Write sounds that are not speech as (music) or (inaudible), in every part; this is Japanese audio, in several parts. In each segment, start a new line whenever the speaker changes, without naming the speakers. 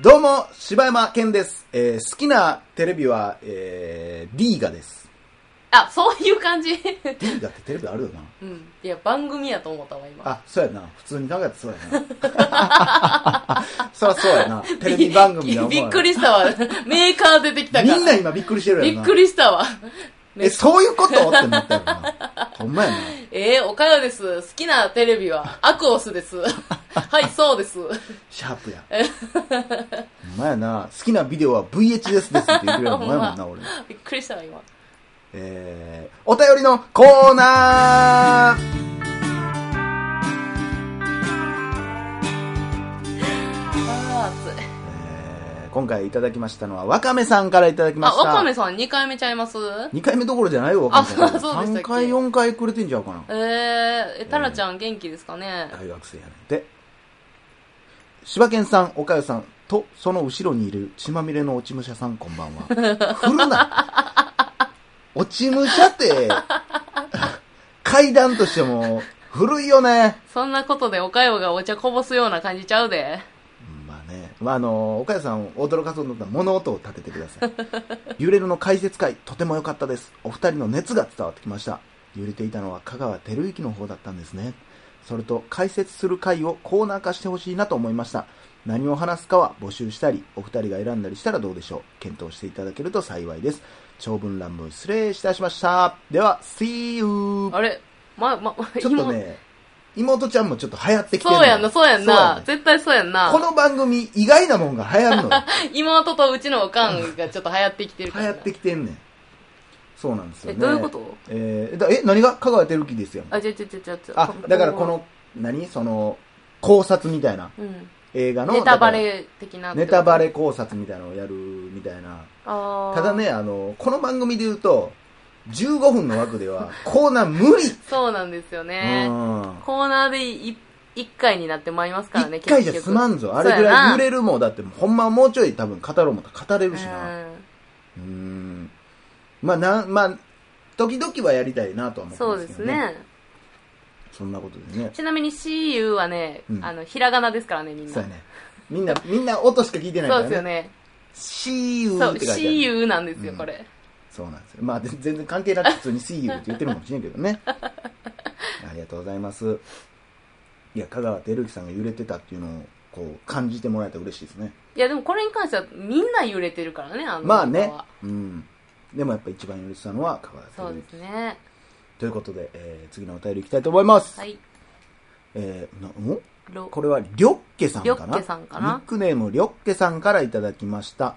どうも、柴山健です。えー好きなテレビは、えー、リーガです。
あ、そういう感じ
リーガってテレビあるよな。
うん。いや、番組やと思ったわ、今。
あ、そうやな。普通に考えてそうやな。 (laughs) そらそうやな。テレビ番組だ
(laughs) びびっく
り
りしたわ。メーカー出てきたから。
みんな今びっくりしてるや
び
ろ
っ
な。
くりしたわ。
え、そういうことってなったよな。ほんまやな。
えー、おかよです。好きなテレビは、アクオスです。
(laughs)
はい、そうです。
シャープや。ほんまやな。好きなビデオは VHS ですって言ってるやろ。お前もんな、俺。
びっくりしたわ、今。
えー、お便りのコーナー
あー、暑い。
えー今回いただきましたのは、わかめさんからいただきま
あ、
した。
わかめさん2回目ちゃいます
2回目どころじゃないよ、わかめさん。
あそうでした
3
っけ
回、4回くれてんじゃうかな。
えー、え、タラちゃん元気ですかね
大学生やねんて。柴犬さん、岡代さんと、その後ろにいる血まみれの落ち武者さん、こんばんは。振るな落ち武者
(laughs)
って、階段としても、古いよね。
そんなことでおかよがお茶こぼすような感じちゃうで。
うんまあね、まあ、あの岡谷さんを驚かそうと思ったら物音を立ててください (laughs) 揺れるの解説会とても良かったですお二人の熱が伝わってきました揺れていたのは香川照之の方だったんですねそれと解説する会をコーナー化してほしいなと思いました何を話すかは募集したりお二人が選んだりしたらどうでしょう検討していただけると幸いです長文乱文失礼いたしましたでは See you
あれま、ま、ま
ちょっとね妹ちゃんもちょっと流行ってきてる
そうやんな、そうやんな。
ね
絶対そうやんな。
この番組意外なもんが流行るの
(laughs)
よ
妹とうちのおかんがちょっと流行ってきてる
流
から。
行ってきてんねんそうなんですよ
え、
ね
どういうこと
えーだえ何が香川照之ですよ
あ、ちょちょちょちょちょ。
あだからこの何その考察みたいな
うん、
映画の
ネタバ
だか
レ的
ら
なってこ
ネ
と。
タバレ考察みたいなのをやるみたいな
あー
ただ。ねあのこの番組で言うと15分の枠ではコーナー無理、
そうなんですよね。
うん
コーナーでい一回になってまいりますからね、
一回じゃ済まんぞあれぐらい揺れるもんだってほんまもうちょい多分語ろうもん語れ
る
るしなうーんまあなまあ時々はやりたいなとは思って
そ
ま
う
す
で
け
す
どね
ね。
そんなことでね
ちなみに See you はね、
うん
あの、ひらがなですからね、みんな。
そうやねみんなみんな音しか聞いてないか
そう
ら
で
ね
すよね。
See you
そう、
って書いてある
See you なんですよ、
うん
これ。
そうなんですよまあで全然関係なく普通に See you って言ってるかもしれんけどね
(laughs)
ありがとうございますいや香川照之さんが揺れてたっていうのをこう感じてもらえたら嬉しいですね
いや、でもこれに関してはみんな揺れてるからね、あの。
まあね
今は
うんでもやっぱ一番揺れてたのは香川照之
そうですね。
ということで、えー次のお便りいきたいと思います、
はい。
えー、なお
ろ
これはリョッケさんかな
リョッケさんかな
ニックネームリョッケさんからいただきました、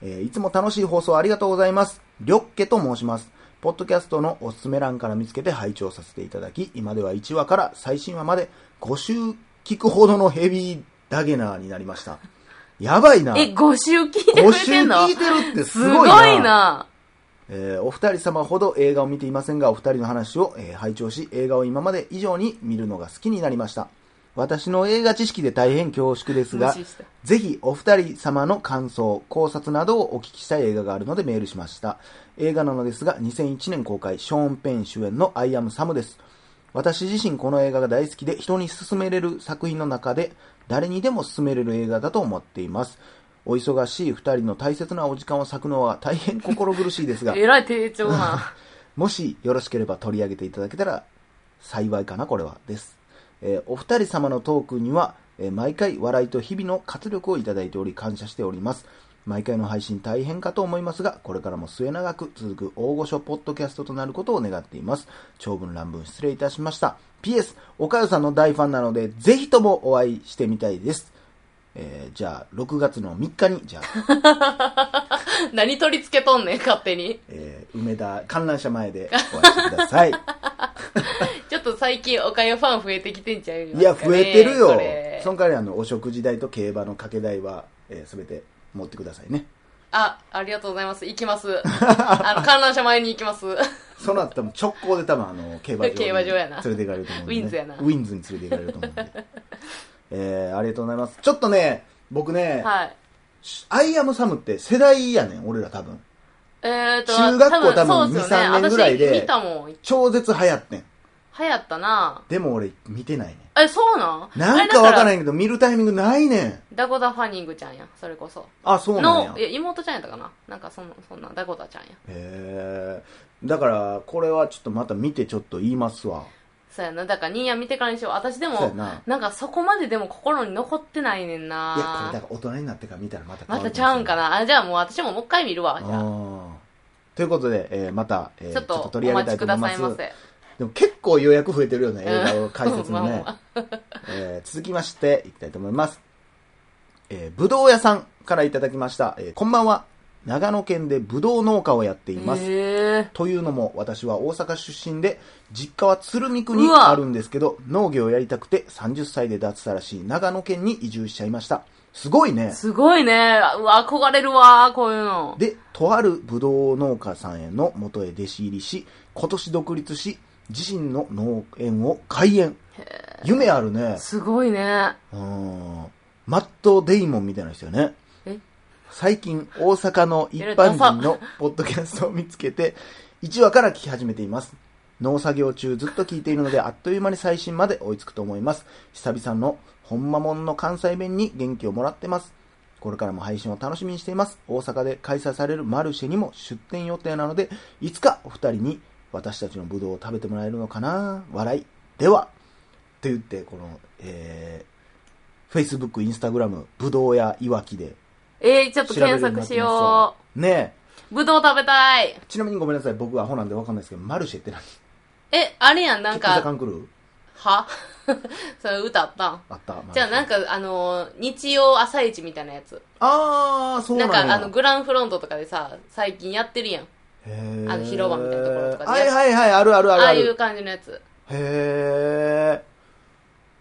えーいつも楽しい放送ありがとうございますリョッケと申しますポッドキャストのおすすめ欄から見つけて拝聴させていただき今では1話から最新話まで5週聞くほどのヘビーダゲナーになりましたやばいな
え、
5
5週聞いてくれ
週
てんの
聞いてるってす
す
ご
ご
いな
いな。
えーお二人様ほど映画を見ていませんが、お二人の話を、えー拝聴し、映画を今まで以上に見るのが好きになりました。私の映画知識で大変恐縮ですが
無視した、
ぜひお二人様の感想、考察などをお聞きしたい映画があるのでメールしました。映画なのですが、2001年公開、ショーン・ペン主演のアイアム・サムです。私自身この映画が大好きで、人に勧めれる作品の中で、誰にでも勧めれる映画だと思っています。お忙しい二人の大切なお時間を割くのは大変心苦しいですが、
えらい丁重な。 (laughs)
もしよろしければ取り上げていただけたら幸いかな、これは。です。えーお二人様のトークには、えー毎回笑いと日々の活力をいただいており感謝しております。毎回の配信大変かと思いますが、これからも末永く続く大御所ポッドキャストとなることを願っています。長文乱文失礼いたしました。PS、おかよさんの大ファンなので、ぜひともお会いしてみたいです。えーじゃあ、6月の3日に、じゃあ、
何取り付けとんねん、勝手に。
えー梅田観覧車前でお会いしてください。
ちょっと最近、おかゆファン増えてきてんちゃう
いや、増えてるよ
こ。れ
その代わりあの、お食事代と競馬の掛け代は、えー、すべて持ってくださいね。
あ、ありがとうございます。行きます。
(laughs)
あの、観覧車前に行きます。
その後多分直行で多分あの、競馬場に
(laughs) 競馬場やな
連れて行かれると思うんで、
ウィンズやな
ウィンズに連れて行かれると思うんで。 (laughs) えー、ありがとうございます。ちょっとね、僕ね、
はい。
アイアムサムって世代やねん、俺ら多分。
えーと、
中学校多分
そうっすよ
2 3年ぐらいで
私見たもん。
超絶流行ってん。
流行ったな
でも俺見てないね
え、そうなん
なんかわから
い。
へんけど見るタイミングないねん
ダコタ・ファニングちゃんや、それこそ。
あそうなんや
の、いや、妹ちゃんやったかななんかその、そんな、ダコタちゃんや。
へえだからこれはちょっとまた見てちょっと言いますわ
そうやな。だから、ニーヤ見てからにしよう。私で
そう
も
や、な
なんかそこまででも心に残ってないねん
いやこ
な
れだから大人になってから見たらまた変
ま
わる
たちゃうんか
な
なあ、じゃあもう私ももう一回見るわ。じゃあ。
あーということで、えーまた、えー
ちょっと、
取り
お
上げ
待
た
ち
いと
く
思
だ
いま
さ
す
いませ。
でも結構予約増えてるよね、
うん
映画を解説の
まあ
ね
まあ。
えー続きまして、いきたいと思います。えー、ぶどう屋さんからいただきました。えーこんばんは。長野県でぶどう農家をやっています。
へえ
というのも、私は大阪出身で、実家は鶴見区に
うわ
あるんですけど、農業をやりたくて30歳で脱サラし、長野県に移住しちゃいました。すごいね。
すごいね。うわ、憧れるわ、こういうの。
で、とあるぶどう農家さんへの元へ弟子入りし、今年独立し、自身の農園を開園。夢あるね。
すごいね。
うん。マット・デイモンみたいな人よね。
え
最近、大阪の一般人のポッドキャストを見つけて、1話から聞き始めています。農作業中ずっと聞いているので、あっという間に最新まで追いつくと思います。久々の本間もんの関西弁に元気をもらってます。これからも配信を楽しみにしています。大阪で開催されるマルシェにも出店予定なので、いつかお二人に私たちのブドウを食べてもらえるのかな笑い。では、って言って、この、えー、Facebook、Instagram、ぶどうやいわきで
えー、ちょっと
調べるようになっ
検
てま
索
す
しよ
う。ねえ。
う。ぶどう食べたい。
ちなみにごめんなさい、僕はアホなんでわかんないですけど、マルシェって何
え、あれやん、なん
キッズザカ
か、
ンクルー
は (laughs) それ歌ったん
あった。マルシェ
じゃあなん。か、あのー、日曜朝市みたいなやつ。
あー、そうな
なん
や
んか、あの、グランフロントとかでさ、最近やってるやん。
へー
あの広場みたいなところとかで
はいはいはい、あるある
あ
ある
あ
あ
いう
る。
感じのやつ。
へー。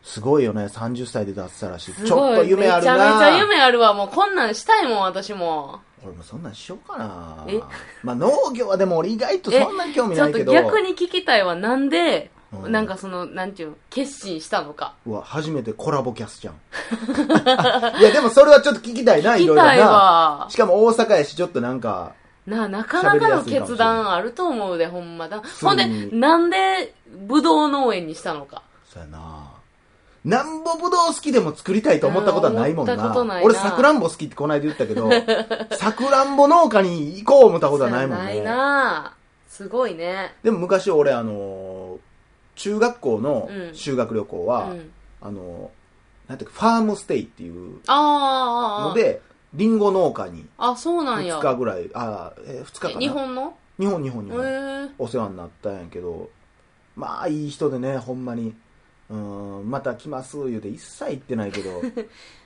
すごいよね、30歳で脱サラし。
すごい。
ちょっと夢あるな
めちゃめちゃ夢あるわ。もうこんなんしたいもん、私も。
俺もそんなんしようかな
え
まあ農業はでも俺意外とそんなに興味
ち
な
ょっ
いけ
と
ど。
逆に聞きたいわ。なんで、
うん
なんかその、なんていうの、決心したのか。
うわ、初めてコラボキャスじゃん。 (laughs) いや、でもそれはちょっと聞きたいな、
聞
いろいろ
きたい
な。
わ。
しかも大阪やし、ちょっとなんか、
なあ、なかな
喋
かの
りやすいかもしれない
決断あると思うで、ほんまだ。ほんで、
に
なんで、ぶどう農園にしたのか。
そうやな。なんぼぶどう好きでも作りたいと思ったことはないもんな。
うん思ったことないな
俺、さくらんぼ好きってこの間言った
(laughs)
けど、さくらんぼ農家に行こう思ったことはないもん
な
ね。
いなあすごいね。
でも昔俺、あのー中学校の
うん
修学旅行
う
は、
ん。
あのーなんていうか、ファームステイっていう
ああ、ああ
ので、リンゴ農家に
あ、そうなんや
2。日ぐらい、あー、えー、2日か
え
な。
日本の
日本、日本、日
へ
本。
え。
お世話になったんやけどまあいい人でねほんまにうーんまた来ます言うて一切言ってないけど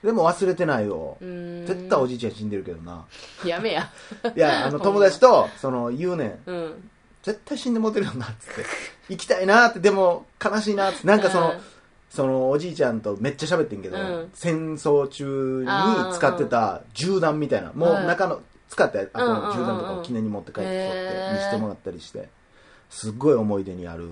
でも忘れてないよ
うーん
絶対おじいちゃん死んでるけどな
やめや。
いやあの
ほん
友
ま
達とその言うねん
うん。
絶対死んでもうてるよなっつって (laughs) 行きたいなってでも悲しいなっつってなんかその、
うん
そのおじいちゃんとめっちゃ喋ってんけど、
うん
戦争中に使ってた銃弾みたいなもう
はい
中の使った後の銃弾と
うんうん
か
うんう
を
ん
記念に持って帰ってきとって
へー
見せてもらったりしてすっごい思い出にある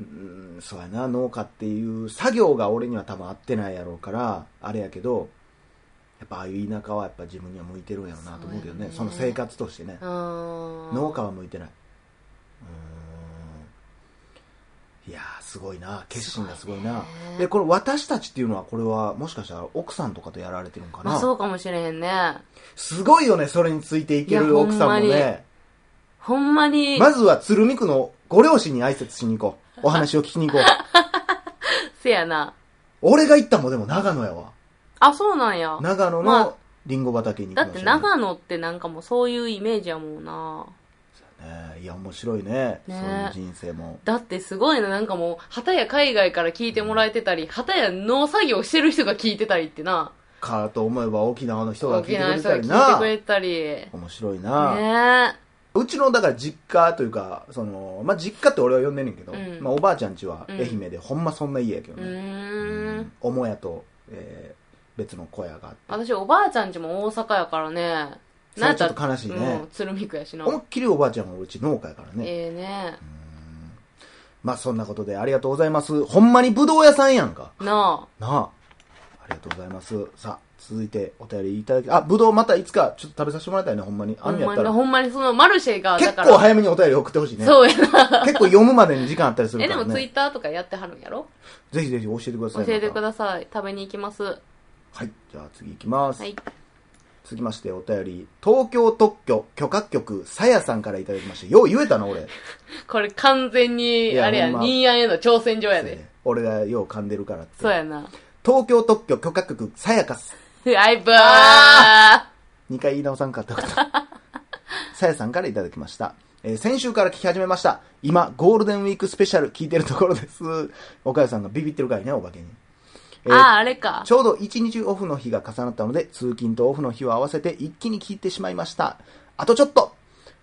うんそうやな農家っていう作業が俺には多分合ってないやろうからあれやけどやっぱああいう田舎はやっぱ自分には向いてるんやろうなと思うけどねそ
そうやね
の生活としてね農
農
家は向いてないうーんいやーすごいな決心がすごいな
すごいね
でこれ私たちっていうのはこれはもしかしたら奥さんとかとやられてるのか
ま
な、
あそうかもしれへんね。
すごいよねそれについていけ
い
る
や
奥さんも
ほんま
ね
ほんまに、
まずは鶴見区のご両親に挨拶しに行こうお話を聞きに行こう
(laughs) せやな。
俺が行ったもんでも長野やわ
あ、そうなんや。
長野
まあ
のりんご畑に行
だ
き
っ
ま
て
しょうね
長野ってなんかもうそういうイメージやもんな。
ねいや面白いねそ
ね
ういう人生も
だってすごいな、なんかもう、旗や海外から聞いてもらえてたり、旗や農作業してる人が聞いてたりってな。
かと思えば沖縄の人が聞いて
沖
く
縄の
れ
人
た
が
り
聞いて
な
くれてたり。
面白いな、
ね
うちのだから実家というかその、まあ、実家って俺は呼んでんねんけど、
うん
まあ、おばあちゃんちは愛媛で、ほんまそんな家やけ
え。う
どね、
ーん。
母屋と、えー別の小屋があって
私おばあちゃんちも大阪やからね。
それちょっ
た
と悲しいね
うん、鶴見区やしな。
思いっきりおばあちゃんはうち農家やからね、
ええね。
まあそんなことでありがとうございますほんまにぶどう屋さんやんか
なあ。
なあありがとうございますさあ続いてお便りいただき、あ、ぶどうまたいつかちょっと食べさせてもらいたいね、ほんまに。あ
ほ
ん
ん
ねや
ま
った
に、
ら。
ほんまにそのマルシェが、
結
だから。
構早めにお便り送ってほしいね。
そうやな。
結構読むまでに時間あったりする
え、
から
でもツイ
ね。
ッターとかやってはるんやろ
ぜひぜひ教えてくださ
教
い。
えてく
ま
ださい。食べに行きます。
たはい。じゃあ次行きます。
はい。
続きましてお便り、東京特許許可局さやさんからいただきまして、よう言えたな、俺。
これ完全
い
に、
や
あれや、
ほんま
ニーヤンへの挑戦状やで。
俺がよう噛んでるからって。
そうやな。
東京特許許可局さやかす。
アイブー
あ2回言い直さんかったこと。 (laughs) さやさんからいただきました。えー先週から聞き始めました。今、ゴールデンウィークスペシャル聞いてるところです。おかゆさんがビビってるからね、お化けに。えー
あー、あれか。
ちょうど1日オフの日が重なったので、通勤とオフの日を合わせて一気に聞いてしまいました。あとちょっと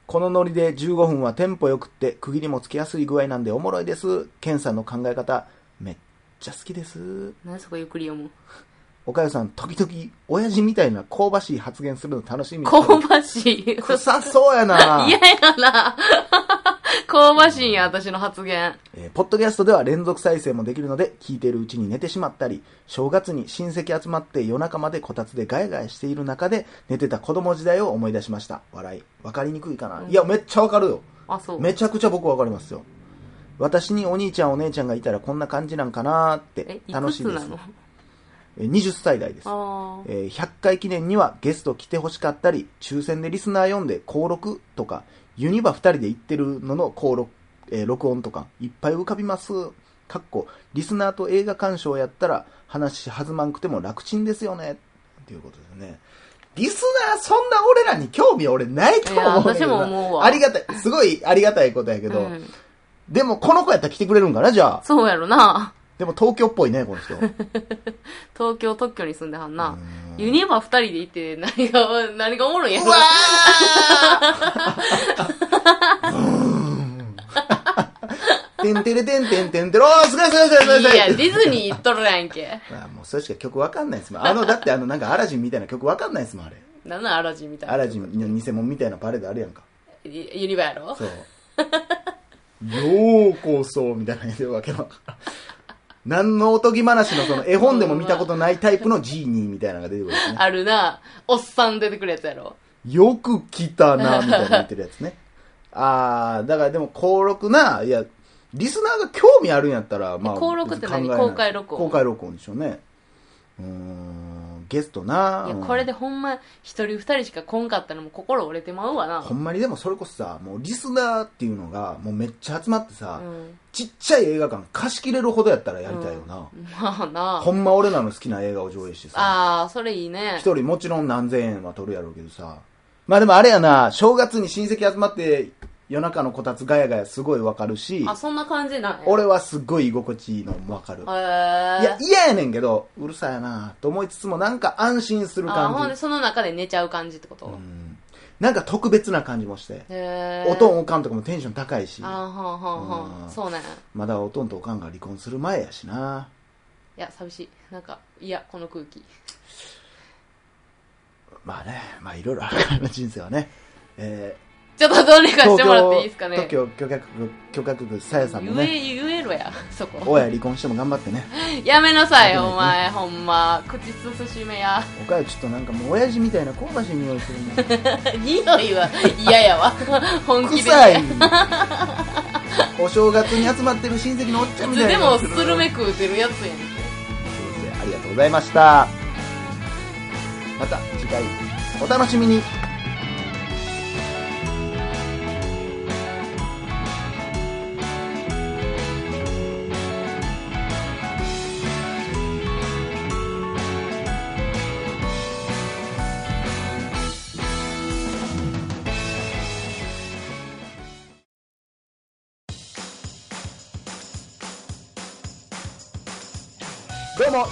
このノリで15分はテンポよくって、区切りもつけやすい具合なんでおもろいです。ケンさんの考え方、めっちゃ好きです。
何そこゆっくり読む。
おかよさん、時々、親父みたいな香ばしい発言するの楽しみにしてる
香ばしい。
臭そうやな
嫌やな。香ばしいんや、私の発言。
えーポッドキャストでは連続再生もできるので、聞いてるうちに寝てしまったり、正月に親戚集まって夜中までこたつでガヤガヤしている中で、寝てた子供時代を思い出しました。笑い。わかりにくいかな、
うん
いや、めっちゃわかるよ。
あ、そう。
めちゃくちゃ僕わかりますよ。私にお兄ちゃんお姉ちゃんがいたらこんな感じなんかなーっ
え
て、、
い
楽
く
し
つ
いで
な
す。
の
えー20歳代です。
あー
えー100回記念にはゲスト来てほしかったり、抽選でリスナー読んで登録とか、ユニバ2人で行ってるのの登録、えー録音とか、いっぱい浮かびます。かっこ、リスナーと映画鑑賞やったら、話弾まんくても楽ちんですよね。ということですね。リスナー、そんな俺らに興味俺ないと
いや
思うねんけ
私
どな
も思うわ
ありがたい、すごいありがたいことやけど。
うん
でも、この子やったら来てくれるんかな、じゃあ。
そうやろな。
でも、東京っぽいね、この人。
東京特許に住んではん
う
な。
ん
ユニバ二人で行って何が、何がおもろいんや
う
ろ
わ。ーてんてれてんてんてんてろーすごいすごいすごいすごいすごい
いや、ディズニー行っとるやんけ。
あもうそれしか曲わかんないですもん。あの、だってあの、なんかアラジンみたいな曲わかんないですもん、あれ。
なんなんアラジンみたいな。
アラジンの偽物みたいなパレードあるやんか。
ユニバやろ
そう。ようこそ、みたいな言うわけのわからん。何のおとぎ話のその絵本でも見たことないタイプのジーニーみたいなのが出てくるんですね。
あるな。おっさん出てくるやつやろ。
よく来たな、みたいな言ってるやつね。 (laughs) あー、だからでも、登録な、いや、リスナーが興味あるんやったら、まあ、
登録って何
別に考えない
公開録音
公開録音でしょうね。うーん、ゲストな。
いや、これ
で。
でほんま、一人二人しか来んかったらもう心折れてまうわな。
ほんまにでもそれこそさ、もうリスナーっていうのが、もうめっちゃ集まってさ、
うん。
ちっちゃい映画館貸し切れるほどやったらやりたいよな。
まあな。
ほんま俺らの好きな映画を上映してさ、
ああ、それいいね。
一人もちろん何千円は取るやろうけどさ。まあでもあれやな、正月に親戚集まって、夜中のこたつガヤガヤすごいわかるし、
あ、そんな感じなんや。
俺はすっごい居心地いいのもわかる。
へ
いや
え、。
嫌やねんけど、うるさいなと思いつつもなんか安心する
あー、ほん
感
で
じ。
その中で寝ちゃう感じってこと。
うんなんか特別な感じもして。
へえ。
おとんおかんとかもテンション高いし
あ、ーはんはんはん
うん
そうね。
まだおとんとおかんが離婚する前やしない
や、寂しい。なんか、いや、この空気。
まあね、まあいろいろあるからね、人生はね。え
ちょっとどうに
ー、
かしてもらっていいですかね。
東京許可局、許可局、さやさんも
言
ね、
え、言えろや、そこ。
親離婚しても頑張ってね。
やめなさい、
やめな
お前、ほんま。口すすしめ (laughs) や。
おかゆちょっとなんかもう親父みたいな香ばしい匂いするね。
匂いは嫌やわ。 (laughs) 本気で。
臭いお正月に集まってる親戚のおっちゃんみたいな
でも、スルメ食うてるやつやん。
ありがとうございましたまた次回お楽しみにどうも